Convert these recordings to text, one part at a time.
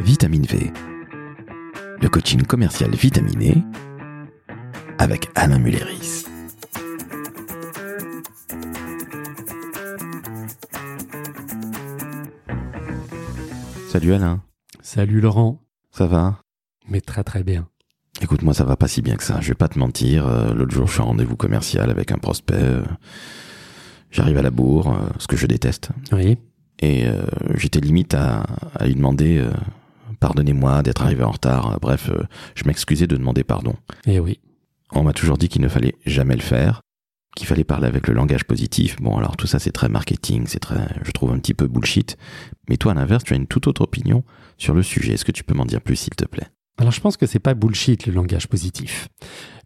Vitamine V, le coaching commercial vitaminé avec Alain Mulleris. Salut Alain, Salut Laurent, ça va mais très très bien. Écoute, moi ça va pas si bien que ça, je vais pas te mentir. euh, L'autre jour, je suis en rendez-vous commercial avec un prospect. euh, J'arrive à la bourre, euh, ce que je déteste. Oui. Et euh, j'étais limite à, à lui demander euh, pardonnez-moi d'être arrivé en retard. Bref, euh, je m'excusais de demander pardon. Et Eh oui. On m'a toujours dit qu'il ne fallait jamais le faire, qu'il fallait parler avec le langage positif. Bon, alors tout ça c'est très marketing, c'est très, je trouve un petit peu bullshit. Mais toi, à l'inverse, tu as une toute autre opinion sur le sujet. Est-ce que tu peux m'en dire plus, s'il te plaît Alors je pense que c'est pas bullshit le langage positif.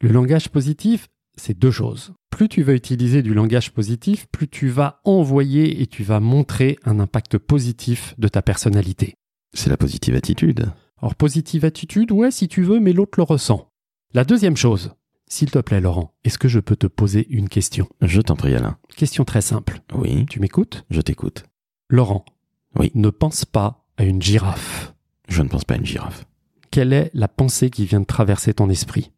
Le langage positif, c'est deux choses. Plus tu vas utiliser du langage positif, plus tu vas envoyer et tu vas montrer un impact positif de ta personnalité. C'est la positive attitude. Or positive attitude, ouais si tu veux, mais l'autre le ressent. La deuxième chose, s'il te plaît Laurent, est-ce que je peux te poser une question Je t'en prie, Alain. Question très simple. Oui, Tu m'écoutes je t'écoute. Laurent. Oui. Ne pense pas à une girafe. Je ne pense pas à une girafe. Quelle est la pensée qui vient de traverser ton esprit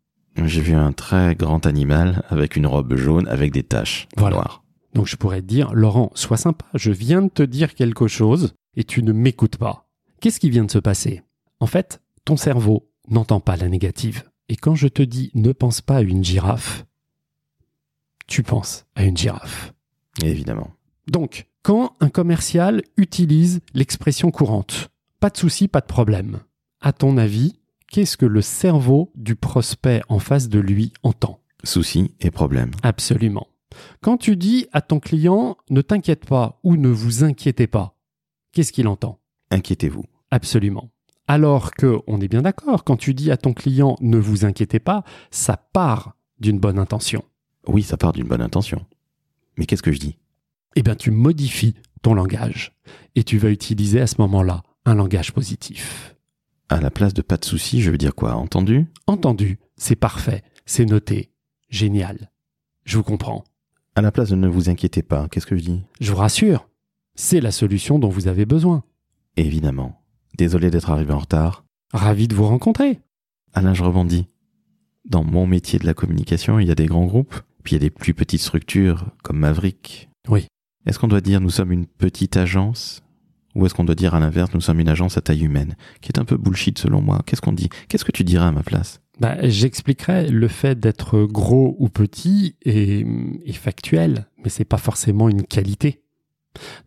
J'ai vu un très grand animal avec une robe jaune avec des taches Voilà. noires. Donc je pourrais te dire, Laurent, sois sympa, je viens de te dire quelque chose et tu ne m'écoutes pas. Qu'est-ce qui vient de se passer En fait, ton cerveau n'entend pas la négative. Et quand je te dis ne pense pas à une girafe, tu penses à une girafe. Évidemment. Donc, quand un commercial utilise l'expression courante, pas de souci, pas de problème, à ton avis, qu'est-ce que le cerveau du prospect en face de lui entend Soucis et problèmes. Absolument. Quand tu dis à ton client ne t'inquiète pas ou ne vous inquiétez pas, qu'est-ce qu'il entend Inquiétez-vous. Absolument. Alors que, on est bien d'accord, quand tu dis à ton client ne vous inquiétez pas, ça part d'une bonne intention. Oui, ça part d'une bonne intention. Mais qu'est-ce que je dis Eh bien, tu modifies ton langage et tu vas utiliser à ce moment-là un langage positif. À la place de pas de soucis, je veux dire quoi Entendu Entendu, c'est parfait, c'est noté, génial. Je vous comprends, À la place de ne vous inquiétez pas, qu'est-ce que je dis je vous rassure, c'est la solution dont vous avez besoin. Évidemment. Désolé d'être arrivé en retard. Ravi de vous rencontrer. Alain, je rebondis. Dans mon métier de la communication, il y a des grands groupes, puis il y a des plus petites structures, comme Maverick. Oui. Est-ce qu'on doit dire nous sommes une petite agence Ou est-ce qu'on doit dire à l'inverse nous sommes une agence à taille humaine Qui est un peu bullshit selon moi. Qu'est-ce qu'on dit Qu'est-ce que tu dirais à ma place Bah, J'expliquerai le fait d'être gros ou petit est, est factuel, mais c'est pas forcément une qualité.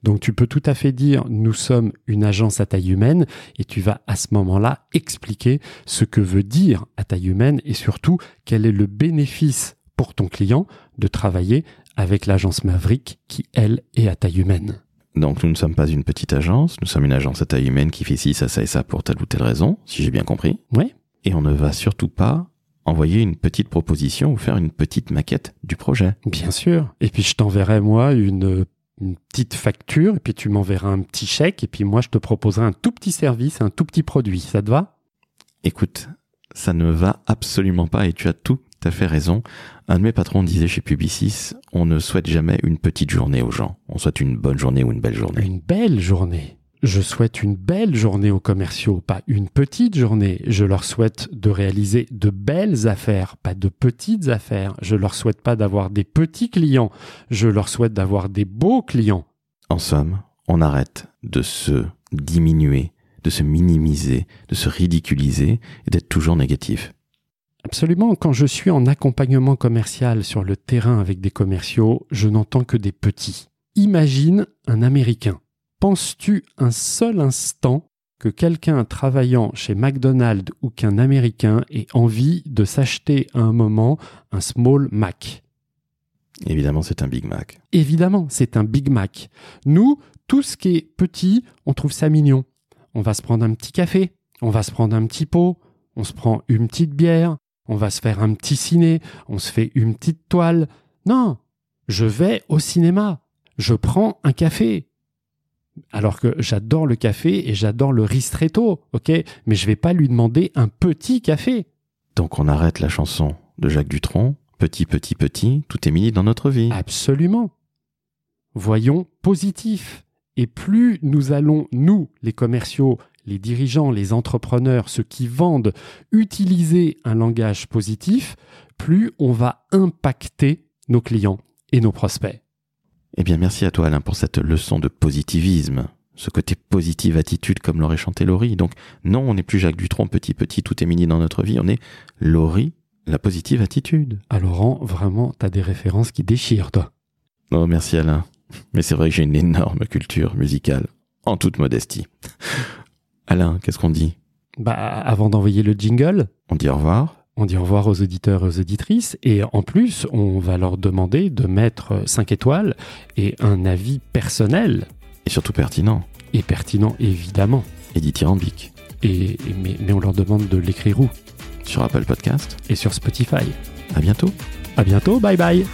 Donc tu peux tout à fait dire nous sommes une agence à taille humaine et tu vas à ce moment-là expliquer ce que veut dire à taille humaine et surtout quel est le bénéfice pour ton client de travailler avec l'agence Maverick qui elle est à taille humaine. Donc nous ne sommes pas une petite agence, nous sommes une agence à taille humaine qui fait ci, ça, ça et ça pour telle ou telle raison, si j'ai bien compris. Oui. Et on ne va surtout pas envoyer une petite proposition ou faire une petite maquette du projet. Bien sûr. Et puis je t'enverrai moi une, une petite facture, et puis tu m'enverras un petit chèque, et puis moi je te proposerai un tout petit service, un tout petit produit. Ça te va Écoute, ça ne va absolument pas et tu as tout à fait raison. Un de mes patrons disait chez Publicis, on ne souhaite jamais une petite journée aux gens. On souhaite une bonne journée ou une belle journée. Une belle journée. Je souhaite une belle journée aux commerciaux, pas une petite journée. Je leur souhaite de réaliser de belles affaires, pas de petites affaires. Je leur souhaite pas d'avoir des petits clients. Je leur souhaite d'avoir des beaux clients. En somme, on arrête de se diminuer, de se minimiser, de se ridiculiser et d'être toujours négatif. Absolument. Quand je suis en accompagnement commercial sur le terrain avec des commerciaux, je n'entends que des petits. Imagine un Américain. Penses-tu un seul instant que quelqu'un travaillant chez McDonald's ou qu'un Américain ait envie de s'acheter à un moment un Small Mac Évidemment, c'est un Big Mac. Évidemment, c'est un Big Mac. Nous, tout ce qui est petit, on trouve ça mignon. On va se prendre un petit café, on va se prendre un petit pot, on se prend une petite bière, on va se faire un petit ciné, on se fait une petite toile. Non, je vais au cinéma, je prends un café. Alors que j'adore le café et j'adore le ristretto, ok, mais je vais pas lui demander un petit café. Donc on arrête la chanson de Jacques Dutronc, Petit, petit, petit, tout est mini dans notre vie. Absolument. Voyons positif. Et plus nous allons, nous, les commerciaux, les dirigeants, les entrepreneurs, ceux qui vendent, utiliser un langage positif, plus on va impacter nos clients et nos prospects. Eh bien, merci à toi, Alain, pour cette leçon de positivisme. Ce côté positive attitude, comme l'aurait chanté Laurie. Donc, non, on n'est plus Jacques Dutronc, petit petit, tout est mini dans notre vie. On est Laurie, la positive attitude. Ah, Laurent, vraiment, t'as des références qui déchirent, toi. Oh, merci, Alain. Mais c'est vrai que j'ai une énorme culture musicale, en toute modestie. Alain, qu'est-ce qu'on dit Bah, avant d'envoyer le jingle, On dit au revoir on dit au revoir aux auditeurs et aux auditrices et en plus, on va leur demander de mettre 5 étoiles et un avis personnel et surtout pertinent et pertinent évidemment. et dithyrambique Et, et- mais, mais on leur demande de l'écrire où sur Apple Podcast. Et sur Spotify. À bientôt. À bientôt, bye bye.